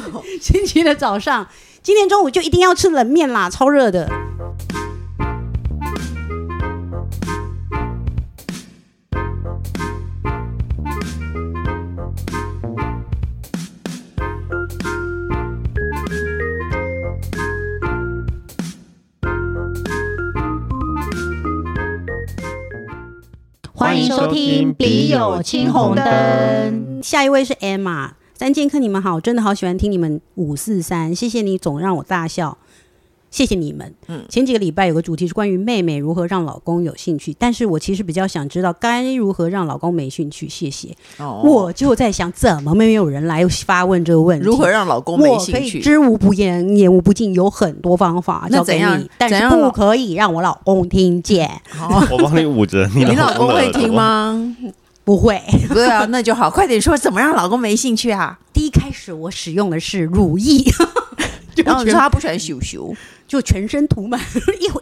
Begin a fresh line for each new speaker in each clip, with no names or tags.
星期的早上，今天中午就一定要吃冷面啦，超热的。
欢迎收听《笔友青红灯》。
下一位是 Emma，三剑客，你们好，真的好喜欢听你们五四三，谢谢你总让我大笑，谢谢你们。嗯，前几个礼拜有个主题是关于妹妹如何让老公有兴趣，但是我其实比较想知道该如何让老公没兴趣。谢谢，
哦
我就在想怎么没有人来发问这个问题？
如何让老公没
我可
兴
以
趣？
知无不言，言无不尽，有很多方法
那
教给
怎样
你，但
怎
是
样
不
老
可以让我老公听见，
好，
我帮你捂着你
你
老
老公
的
会
耳朵
听？吗？
不会。
对啊，那就好，快点说怎么让老公没兴趣 啊？
第一开始我使用的是乳 液，就
然后你
全
说他不喜欢 羞羞，
就全身涂满，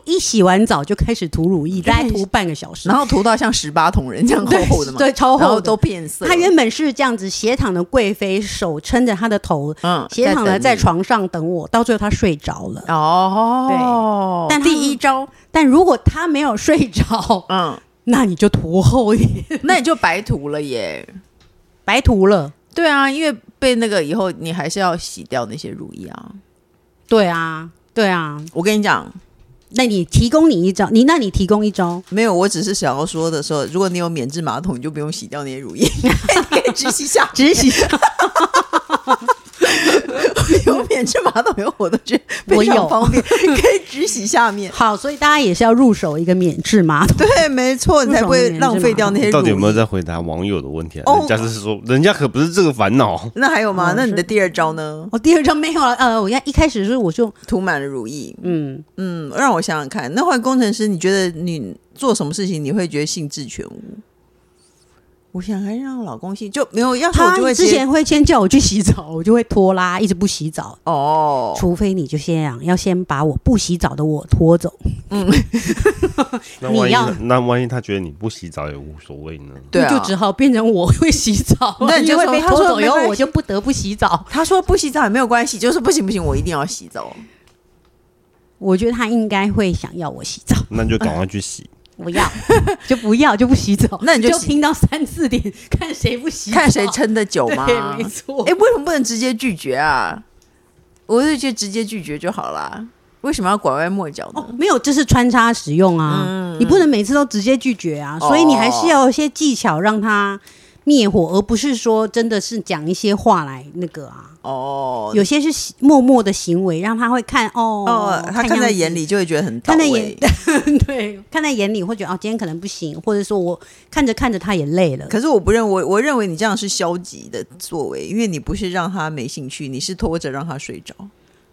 一一洗完澡就开始涂乳液，大概涂半个小时，
然后涂到像十八铜人这样厚厚的嘛，
对，超
然
厚
后
的
都。变色。
她原本是这样子斜躺的贵妃，手撑着她的头，
嗯
斜躺的
等
在
你
床上等我，到最后她睡着了。
哦，
但她
第一招，
但如果她没有睡着，
嗯，
那你就涂厚一点，
那你就白涂了耶。
白涂了。
对啊，因为被那个以后，你还是要洗掉那些乳液啊。
对啊，对啊。
我跟你讲，
那你提供你一招，你那你提供一招，
没有，我只是想要说的说，如果你有免治马桶，你就不用洗掉那些乳 液，你可以直洗下。
只洗
有免治马桶以后，我都觉得
我
非
有
常方便，可以直洗下面。
好，所以大家也是要入手一个免治马桶。
对，没错，你才不会浪费掉那些
你
乳
到底
液
有没有在回答网友的问题啊？
哦
人家是说，人家可不是这个烦 恼。
那还有吗
哦？
那你
是
的第二招呢？
我第二招没有了，呃，我看一开始是我就
涂满了乳液。
嗯，
嗯，让我想想看。那换工程师，你觉得你做什么事情你会觉得兴致全无？我想还让老公兴就没有，要是我
他
就会直
之
接
前会先叫我去洗澡，我就会拖拉，一直不洗澡。
哦，
除非你就先啊，要先把我不洗澡的我拖走。
那万
你
一
要
他那万一他觉得你不洗澡也无所谓呢？
对
那
啊，
就只好变成我会洗澡，
那你就
因为
说
被
他
拖
说
走以
没
后，
关
我
系
就不得不洗澡。
他说不洗澡也没有关系，就是不行不行，我一定要洗澡。
我觉得他应该会想要我洗澡，
那就赶快去洗。
不要 就不要就不洗澡，
那你就
就
洗
听到三四点，看谁不洗澡，
看谁撑得久 吗？
对，没错。
哎、为什么不能直接拒绝啊？我就觉得直接拒绝就好啦，为什么要拐弯抹角呢？
哦，没有，这是穿插使用啊，
嗯
你不能每次都直接拒绝啊，
哦
所以你还是要有一些技巧让他灭火，而不是说真的是讲一些话来那个啊。
哦，
有些是默默的行为，让他会看哦
哦，他看
样
在
子
眼，里就会觉得很到
看在
位
眼。 对，看在眼里会觉得哦，今天可能不行，或者说我看着看着他也累了。
可是我不认为，我认为你这样是消极的作为，因为你不是让他没兴趣，你是拖着让他睡着。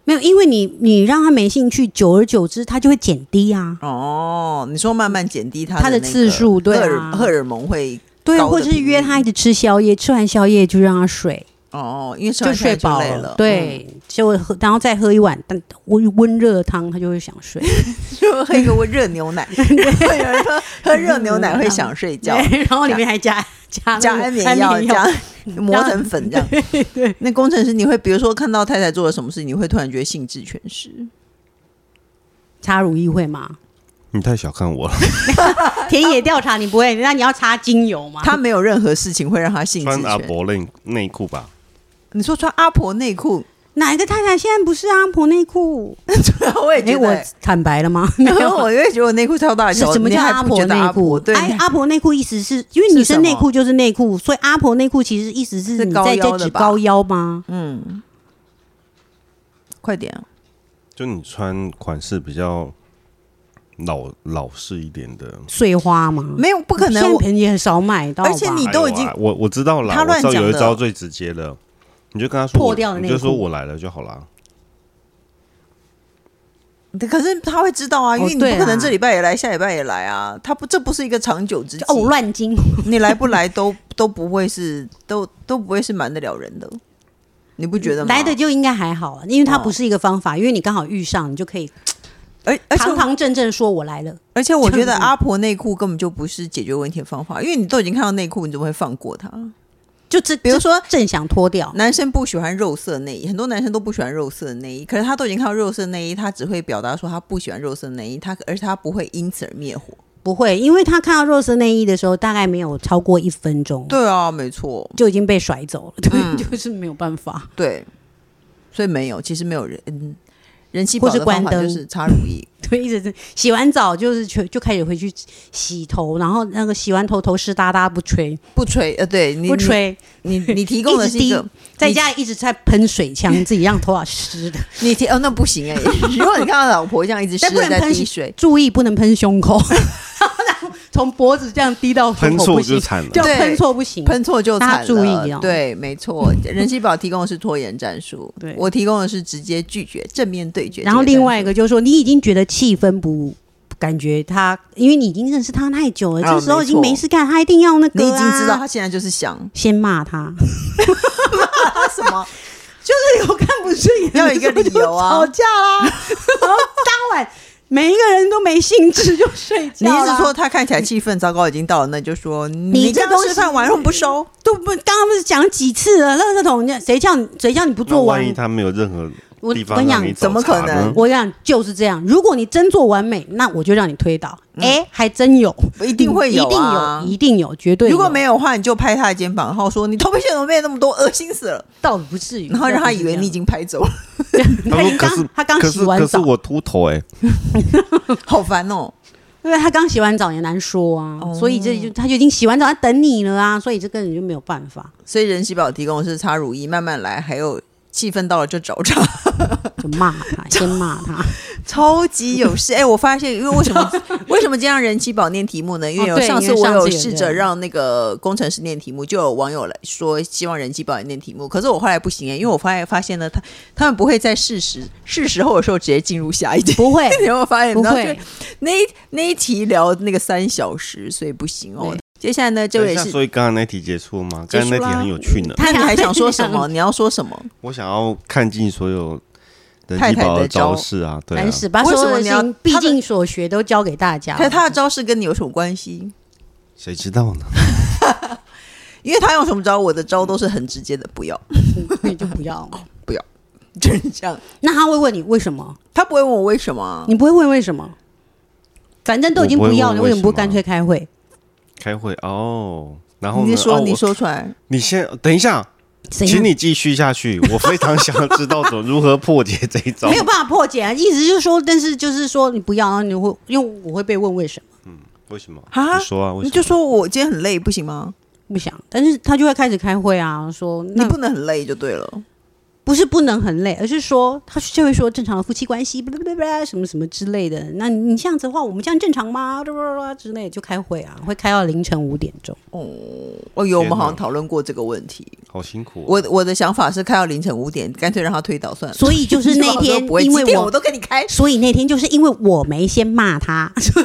没有，因为你你让他没兴趣，久而久之他就会减低啊。
哦，你说慢慢减低他
他的
那个
次数对啊
荷尔荷尔蒙会
对，啊
高的
或者是
频率
约他一直吃宵夜，吃完宵夜就让他睡。
哦，因为吃
就
完
睡
饭
饱
累
了
了，嗯
对，就喝，然后再喝一碗但温温热的汤，他就会想 睡。
嗯，就喝一个热 牛奶，会有人说喝热牛奶会想睡觉，
对， 然后里面还加加
加
那个
安眠药，加磨
然后
成粉 这样。那工程师，你会比如说看到太太做了什么事，你会突然觉得兴致全失？
插乳液会吗？
你太小看 我了，
田野调查你不会，那你要擦精油吗？
他没有任何事情会让他兴致
啊穿阿
全。
伯内内裤吧。
你说穿阿婆内裤，
哪一个太太现在不是阿婆内裤？
我也
哎，
觉
我
得。
坦白了 吗？没
然后
有。
我也觉得我内裤超大
是
小，
什么
你
叫
还
阿
不觉
婆
得
内
阿
裤？
婆对，
哎，阿婆内裤意思是因为
是
女生
什么
内裤就是内裤，所以阿婆内裤其实意思是
是
你
高
在
腰
在
的
指
吧
高腰吗？
嗯，快点啊！
就你穿款式比较老老式一点的，
碎花吗？
没有，不可
现
能，
在
我
便宜也很少买到吧，
而且你
还
都
有
已经
啊我我知道了，
他
我
乱
知道有
讲
一
的
招最直接的，你就跟他说
破
我
掉的内
你就说
裤
我来了就好了。
可是他会知道啊，
哦
因为你
对
不可
啊
能这礼拜也来，下礼拜也来啊。他不，这不是一个长久之计啊
就。哦乱经。
你来不来都都不会是都都不会是瞒得了人的，你不觉得吗？
来的就应该还好啊，因为它
哦
不是一个方法，因为你刚好遇上，你就可以
而而且
堂堂正正说我来了。
而且我觉
这
得
样子
阿婆内裤根本就不是解决问题的方法，因为你都已经看到内裤，你怎么会放过它？
就这，
比如
这
说
正想脱掉，
男生不喜欢肉色内衣，很多男生都不喜欢肉色内衣，可是他都已经看到肉色内衣，他只会表达说他不喜欢肉色内衣，他而且他不会因此而灭火。
不会，因为他看到肉色内衣的时候，大概没有超过一分钟，
对嗯啊，没错，
就已经被甩走了，对， 就是没有办法。
对，所以没有，其实没有人，嗯，人气
或
宝
是
的方法
关灯
就是擦乳液，
对，一直是洗完澡就是全就开始回去洗头，然后那个洗完头头湿哒哒不吹
不吹，呃，对你
不吹，
你你你提供的是一
一直
个
滴，在家一直在喷水枪，自己让头发湿 的。
你提哦那 不行哎、如果你看到老婆这样一直湿
但不
的
能
在
喷
滴
是
水，
注意不能喷胸口， 从脖子这样滴到胸
喷
口不
错就
行，
惨了。
叫
对
喷错不行。
喷错就惨
大家
了，
注意哦
对，没错，人气宝提供的是拖延战术，
对
我提供的是直接拒绝，正面对决这个战
然
术。
后另外一个就是说，你已经觉得气氛不。感觉他，因为你已经认识他太久了，
啊
这时候已经
没错
没事干，他一定要那个、啊
你已经知道，他现在就 是想
先骂 他，
他什么，
我看不顺眼，
要有一个理由啊
我就吵架啦。 然后当晚每一个人都没兴致，就睡觉
你
啦。
一直说他看起来气氛糟糕，已经到了，那你就说
你
你
这
这
东西
东西饭完了不收，
都不，刚刚不是讲几次了？垃圾桶，你谁叫你谁叫你不
那
做完
万？一他没有任何
我我
地
跟
方
你
让
讲
你，
怎么
找茬
可能
呢
我跟你讲就是这样。如果你真做完美，那我就让你推倒。哎、还真有，
嗯一定会有、
一定
啊，
有，一定有，绝 对有。哦
如果没有的话，你就拍他的肩膀，然后说你头皮屑怎么变那么多，恶心死了。
倒也不至于，
然后让他以为你已
经，
经拍走了，
他已经
他说
刚他刚
可
洗
是
完
可是
澡，
我秃头哎、
好烦哦。
因为他刚洗完澡也难说啊，
哦
所以这就他就已经洗完澡，他等你了啊，所以这个人就没有办 法，
所以人喜宝提供的是擦乳液，慢慢来，还有气氛到了就找茬，
就骂他，先骂他。
超级 有事。哎、我发现，因为为什么为什么今天让人喜宝念题目呢？因为
哦
有
对
上
因
次
为
我
上
有
次有
试
这
着
样
让那个工程师念题目，就有网友来说希望人喜宝也念题目，可是我后来不行哎、因为我发现发现呢，他他们不会在事实事时候的时候直接进入下一题。
不会
你有没有发现？
不
然后就
会，
啊
那一那一题聊那个三小时，所以不行哦
对。
接下来呢，这
等
位
一下，
是，
所以刚刚那题结束了吗？
结
刚
束
啊
刚
啦
那题很有趣呢。
那你还想说什么？你要说什么？
我想要看尽所有人
太
气
太
宝
的招
招式啊，对啊
烦，死，把
为
所
什
有
么
的
你要
心，毕
他的
竟所学都教给大家
可。是他的招式跟你有什么关系？
谁知道呢？
因为他用什么招，我的招都是很直接的，不要，
那你就不要。
就是这样。
那他会问你为什么？
他不会问我为什么啊，
你不会问为什么？反正都已经
我不会
要了，
问
为
为
什么不
什么
干脆开会？
开会哦，然后呢？
你说、
哦、
你
我，
说出来，
你先等一下，
怎样
请你继续 下去。我非常想要知道怎么如何破解这一招
没。有办法破解啊！意思就是说，但是就是说你不要，然后你会因为我会被问为什么
为什么？
啊
你说啊，为
你
什
就
么？
说我今天很累，不行吗？
不想，但是他就会开始开会啊，说
你
那
不能很累就对了。
不是不能很累，而是说他就会说正常的夫妻关系，不不不不什么什么之类的。那你这样子的话，我们这样正常吗？叭叭叭之类的就开会啊，会开到凌晨五点钟。
哦有我
天
们
哪
好像讨论过这个问题。
好辛苦哦、
我我的想法是开到凌晨五点，干脆让他推倒算了。
所以就是 那
我
天
说不会
因为
几点
我
我都跟你开，
所以那天就是因为我没先骂他， 所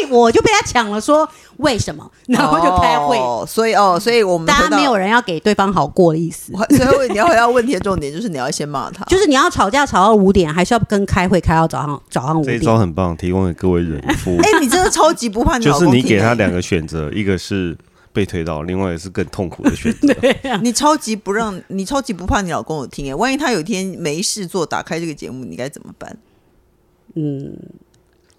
以我就被他抢了，说为什么， 然后就开会。
哦、所以哦，所以我们
大
回
家
到
没有人要给对方好过的意思，
我最后你要回到问题的重点，就是你要先骂他。
就是你要吵架吵到五点，还是要跟开会开到早上早上五
这一
点？
招很棒，提供给各位人夫。
哎、你真的超级不怕你
就
老
是
公
你
听
给
欸
他 两个选择，一个是被推倒，另外一个是更痛苦的选 择。
欸
你超级不让你超级不怕你老公有听哎、万一他有一天没事做，打开这个节目，你该怎么办？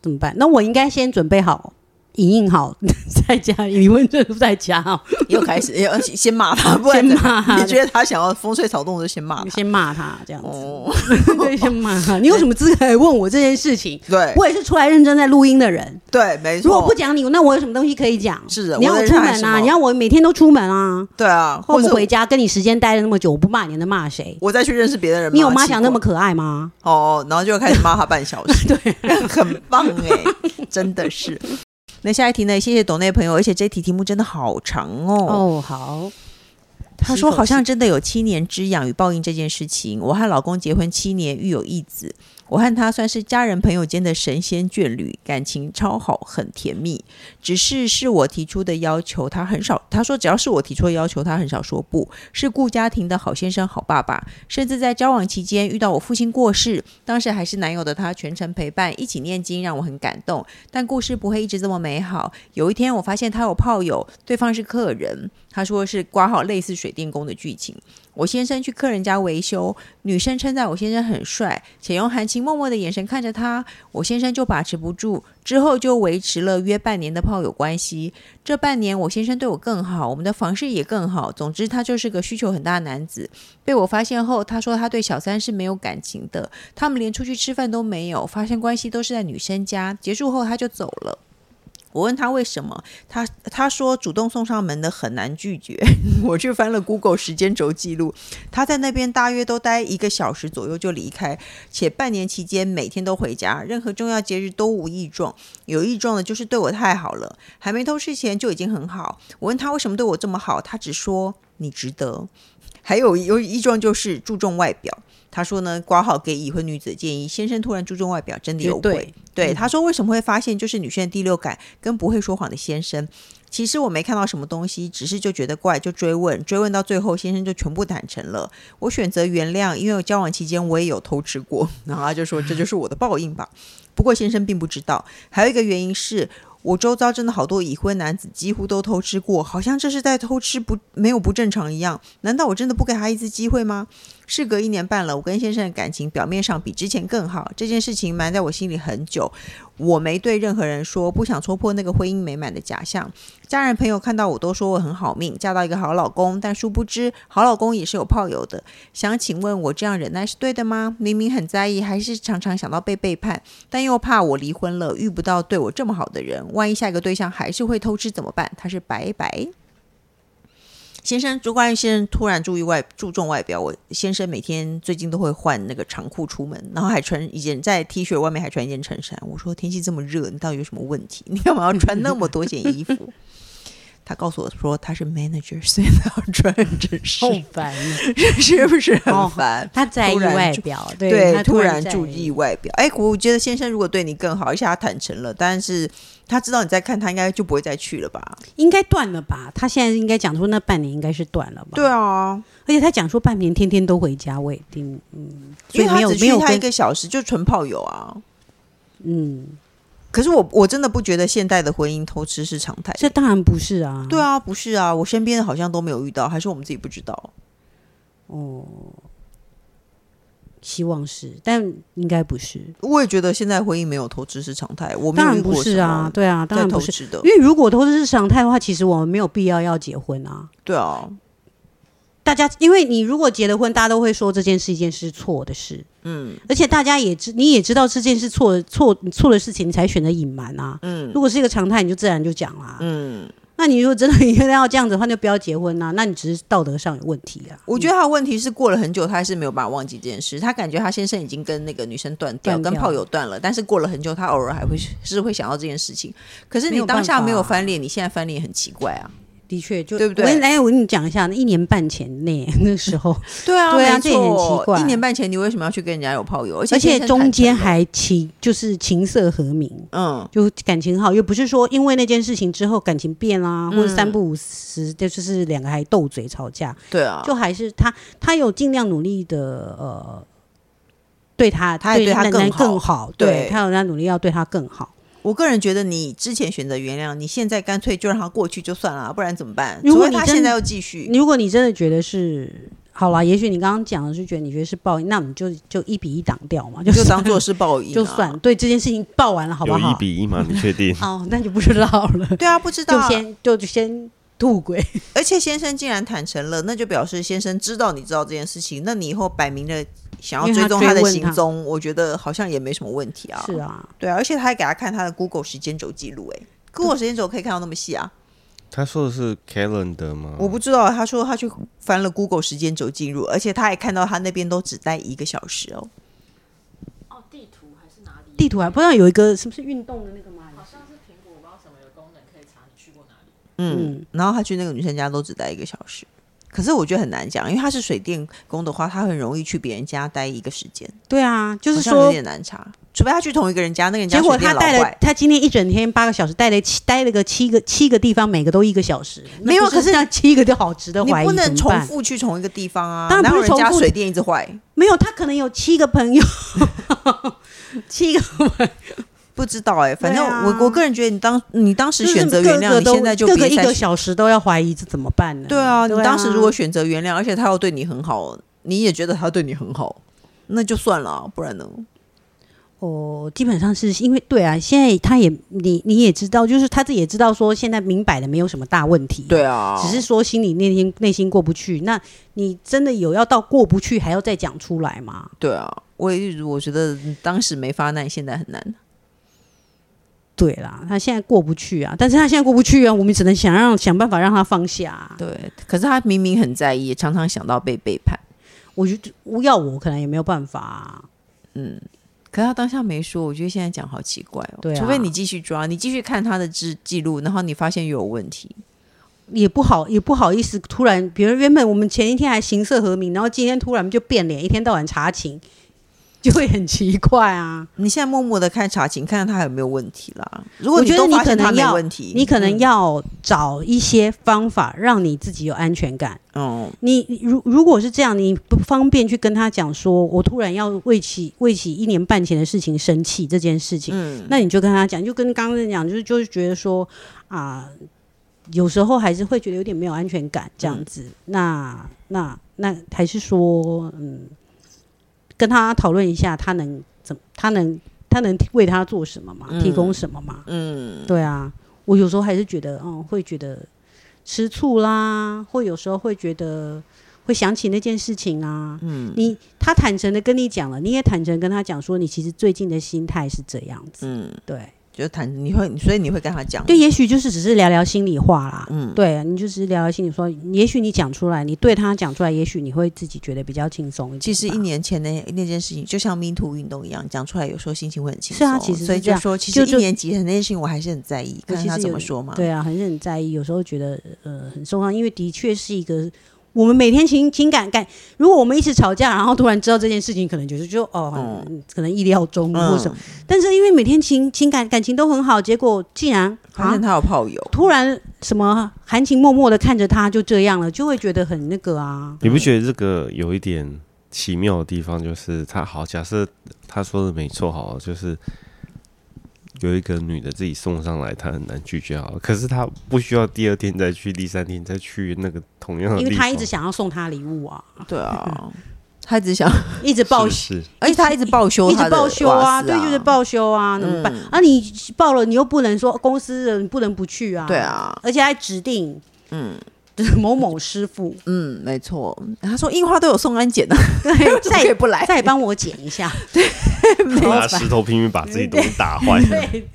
怎么办？那我应该先准备好，影印好， 在家里离婚证都在家哦，
又 开始要先骂他，不然
先
怎么
骂他
你觉得他想要风吹草动就先骂他。
先骂他这样子，
哦，
对，先骂他。你有什么资格来问我这件事情？
对
我也是出来认真在录音的人，
对，没
如果
错
不，讲你，那我有什么东西可以讲？
是的
你要
我
哦我
在
出
看
门
什
啊，
么
你要我每天都出门啊，
对啊，
或
或
我
者
回家跟你时间待了那么久，我不骂你能骂谁？
我再去认识别的人吗，
你有妈想那么
奇
可爱 吗？
怪哦，然后就开始骂他半小 时，对，很棒哎、真的是。那下一题呢？谢谢董内朋友，而且这题题目真的好长哦
哦，好，
他说：“
吸口
好像真的有七年之痒与报应这件事情。我和老公结婚七年，育有一子。我和他算是家人朋友间的神仙眷侣，感情超好，很甜蜜。只是是我提出的要求，他很少。他说只要是我提出的要求，他很少说不。是顾家庭的好先生、好爸爸。甚至在交往期间遇到我父亲过世，当时还是男友的他全程陪伴，一起念经，让我很感动。但故事不会一直这么美好。有一天，我发现他有炮友，对方是客人。他说是挂号类似水水电工的剧情。我先生去客人家维修，女生称赞我先生很帅，且用含情脉脉的眼神看着他，我先生就把持不住，之后就维持了约半年的炮友关系。这半年，我先生对我更好，我们的房事也更好。总之，他就是个需求很大的男子。被我发现后，他说他对小三是没有感情的，他们连出去吃饭都没有，发生关系都是在女生家。结束后，他就走了。我问他为什么，他他说主动送上门的很难拒绝。 我去翻了 Google 时间轴记录，他在那边大约都待一个小时左右就离开，且半年期间每天都回家，任何重要节日都无异状。有异状的就是对我太好了，还没偷事前就已经很好。我问他为什么对我这么好，他只说你值得。还有有异状就是注重外表。他说呢，挂号给已婚女子的建议，先生突然注重外表真的
绝
有鬼
对。嗯
对，他说为什么会发现就是女生的第六感跟不会说谎的先生。其实我没看到什么东西，只是就觉得怪，就追问，追问到最后，先生就全部坦诚了。我选择原谅，因为我交往期间我也有偷吃过。 然后他就说这就是我的报应吧。不过先生并不知道，还有一个原因是我周遭真的好多已婚男子几乎都偷吃过，好像这是在偷吃不没有不正常一样。难道我真的不给他一次机会吗？事隔一年半了，我跟先生的感情表面上比之前更好，这件事情瞒在我心里很久，我没对任何人说，不想戳破那个婚姻美满的假象。家人朋友看到我都说我很好命，嫁到一个好老公，但殊不知好老公也是有炮友的。想请问我这样忍耐是对的吗？明明很在意，还是常常想到被背叛，但又怕我离婚了遇不到对我这么好的人，万一下一个对象还是会偷吃怎么办？他是拜拜。先生，朱冠玉先生突然注意外注重外表。我先生每天最近都会换那个长裤出门，然后还穿一件在 T 恤外面还穿一件衬衫。我说天气这么热，你到底有什么问题？你干嘛要穿那么多件衣服？ 他告诉我说他是 manager，所以他要穿衬
好
衫，
烦 啊。
是不是
哦
很烦？
他在意
突然
外
注
表，
对，
他
突
然
然
在
注意外表。哎，我觉得先生如果对你更好，而且他坦诚了，但是他知道你在看他，应该就不会再去了吧？
应该断了吧？他现在应该讲说那半年应该是断了吧？
对，啊，
而且他讲说半年天天都回家，我也听，嗯，所以
因为他
没有
只
没
去
有
他一
跟
个小时，就纯炮友啊。
嗯，
可是我我真的不觉得现代的婚姻偷吃是常态。
这当然不是啊，
对啊，不是啊，我身边的好像都没有遇到，还是我们自己不知道。
希望是，但应该不是，
我也觉得现在婚姻没有偷吃是常态，我没
当
有
然
遇
不
过
是
什
啊
么，
对啊，当
在
然
偷
不是，
吃的
因。为如果都是常态的话，其实我们没有必要要结婚啊。
对啊，
大家，因为你如果结了婚，大家都会说这件事一件是错的事，
嗯
而且大家也知你也知道这件事错错错的事情，你才选择隐瞒啊。
嗯
如果是一个常态，你就自然就讲啦。
嗯，
那你如果真的一定要这样子的话，就不要结婚啦、啊那你只是道德上有问题啊。
我觉得他的问题是过了很久，他还是没有办法忘记这件事。他感觉他先生已经跟那个女生断掉，
断掉
跟炮友断了，但是过了很久，他偶尔还会是会想到这件事情。可是
没
你
有办
当下没有
法啊
翻脸，你现在翻脸很奇怪啊。
的确，就
对不对
我来，我跟你讲一下，那一年半前那 那时候，
对啊，
对啊
没
这也很
错
奇怪
一年半前你为什么要去跟人家有炮友？而且
而且
先生
中间
坦诚了
还情就是琴瑟和鸣，
嗯。
就感情好，又不是说因为那件事情之后感情变啦、
嗯
或者三不五时就就是两个还斗嘴吵架，
对啊，
就还是他他有尽量努力的呃，对他
他也对他
那
更
男
好
更好，
对
对他有在努力要对他更好。
我个人觉得你之前选择原谅，你现在干脆就让他过去就算了，不然怎么办？
如果
除非
你
他
真
现在要继续，
如果你真的觉得是好啦，也许你刚刚讲的是觉得你觉得是报应，那你就就一比一挡掉嘛，就
你就
算
当做是报应、啊，
就算。对这件事情报完了，好不
有一
好？？
比一吗？你确定
哦， 那就不知道了，
对啊，不知道
就
啊。
先就就先吐鬼。
而且先生既然坦诚了，那就表示先生知道你知道这件事情，那你以后摆明了想要
因为
追
他
踪
追
的
问
行
他
踪，我觉得好像也没什么问题啊。
是啊，
对啊，而且他还给他看他的 Google 时间轴记录、欸，哎，Google 时间轴可以看到那么细啊？
他说的是 calendar 吗？
我不知道，他说他去翻了 Google 时间轴记录，而且他还看到他那边都只待一个小时哦。
地图啊还不知道有一个是不是运动的那个吗？
嗯，然后他去那个女生家都只待一个小时，可是我觉得很难讲，因为他是水电工的话，他很容易去别人家待一个时间，
对啊，就
就是有
说。
点难查，除非他去同一个人家，那个人家
结果
水
他
电老
带了
坏，，
他今天一整天八个小时，带了七带了个七个七个地方，每个都一个小时。那
没有
不
可是
那七个就好值得
你
怀疑，
不能
怎么
重
办？
复去同一个地方啊，
当然
哪
不
有
是
人家
重复
水电一直坏，
没有，他可能有七个朋友，七个
不知道哎、反正
对啊
我我个人觉得你当你当时
就是
选择原
各
谅，
个
你
都
现在就
各
别
个一
再
个
去
小时都要怀疑，这怎么办呢？
对啊，你当时如果选择原谅，而且他又对你很好，你也觉得他对你很好，那就算了啊、不然呢？
哦，基本上是因为对啊，现在他也你你也知道，就是他自己也知道说现在明摆的没有什么大问题，
对啊，
只是说心里内心内心过不去。那你真的有要到过不去还要再讲出来吗？
对啊，我也一直我觉得当时没发难，现在很难。
对啦，他现在过不去啊，但是他现在过不去啊，我们只能想让想办法让他放下、啊。
对，可是他明明很在意，也常常想到被背叛，
我觉得我要我可能也没有办法、啊。
可是他当下没说，我觉得现在讲好奇怪哦。
对啊
除非你继续抓，你继续看他的记记录，然后你发现有问题，
也不好，也不好意思，突然，比如原本我们前一天还形色和鸣，然后今天突然就变脸，一天到晚查情，就会很奇怪啊。
你现在默默的看查情，看看他有没有问题啦。如果
我觉得
都
你
发现
可能
他没
要
问题，
你可能
嗯
要找一些方法让你自己有安全感。
嗯
你你如如果是这样，你不方便去跟他讲说，我突然要为起为起一年半前的事情生气这件事情，
嗯，
那你就跟他讲，就跟刚刚讲，就是就是觉得说啊、有时候还是会觉得有点没有安全感这样子。那那那还是说，嗯，跟他讨论一下，他能怎，他能他能为他做什么嘛，提供什么嘛？嗯，对啊，我有时候还是觉得，嗯，会觉得吃醋啦，或有时候会觉得。会想起那件事情啊，嗯，你他坦诚的跟你讲了，你也坦诚跟他讲说，你其实最近的心态是这样子，
嗯，
对，
就谈你会，所以你会跟他讲，
对，也许就是只是聊聊心里话啦。嗯，对，你就只是聊聊心里说，也许你讲出来，你对他讲出来，也许你会自己觉得比较轻松一点吧。
其实一年前的那件事情，就像 Me Too 运动一样，讲出来有时候心情会很轻松。
是啊其实是
所以
这
就
样
说，其
就
实一
就
年级的那件事情我还是很在意，
我
看
其
他
实
怎
有
么说嘛。
对啊，很是很在意，有时候觉得呃很受伤，因为的确是一个我们每天情情感感，如果我们一直吵架，然后突然知道这件事情，可能就是就哦、
嗯
可能意料中
嗯，
或什么，但是因为每天情情感感情都很好，结果竟然
发现
啊。
他有炮友，
突然，什么含情脉脉的看着他就这样了，就会觉得很那个啊。
你不觉得这个有一点奇妙的地方，就是他好，假设他说的没错，好了，就是有一个女的自己送上来，他很难拒绝，好了，可是他不需要第二天再去，第三天再去那个同样的地
因为
方，
他一直想要送他礼物啊，
对啊，他一直想，
一直报
是不是
而且他一直报修
一
他
直
的
报
瓦斯，嗯
修啊，对，就是报修啊，怎么办？啊，你报了，你又不能说公司人不能不去啊，
对，啊，
而且还指定，嗯，某某师 傅，
嗯，没错。他说樱花都有送安检的，啊
对，
怎么可以
再
不来？
再帮我剪一 下，
拿石头拼命把自己东西打坏，
对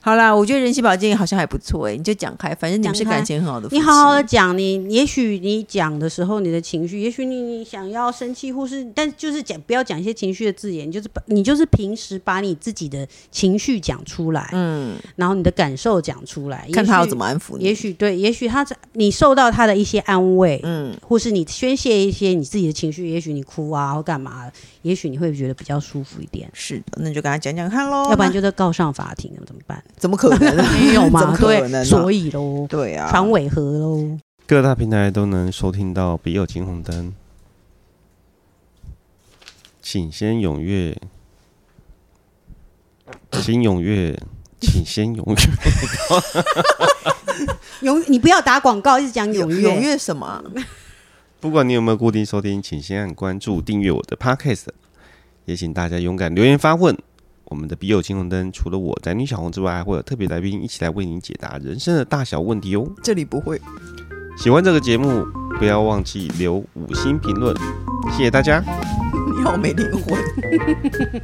好啦，我觉得人气保健好像还不错哎、你就讲开，反正你们是
讲开
感情很好的夫妻，
你好好的讲，你也许你讲的时候，你的情绪，也许你你想要生气或是，但就是讲不要讲一些情绪的字眼，你就是把你就是平时把你自己的情绪讲出来，嗯，然后你的感受讲出来，
看他要怎
么。
么安抚你。
也许对，也许他在你受到他的一些安慰，
嗯，
或是你宣泄一些你自己的情绪，也许你哭啊或干嘛，也许你会觉得比较舒服一点。
是的，那你就跟他讲讲看喽。
要不然
哦 那
就是告上法庭了，怎么 办？
怎么可能、啊？
没有
怎
嘛，
么可能、
对，
啊？
所以喽，
对啊，
船尾和喽。
各大平台都能收听到《笔友金红灯》，请先踊跃，请踊跃，请先踊跃。
永，你不要打广告，一直讲
踊
永
踊
远。
跃什么啊？
不管你有没有固定收听，请先按关注、订阅我的 Podcast，也请大家勇敢留言发问。我们的笔友金红灯，除了我宅女小红之外，还会有特别来宾一起来为您解答人生的大小问题哦。
这里不 会。
喜欢这个节目，不要忘记留五星评论，谢谢大家。
要没灵魂。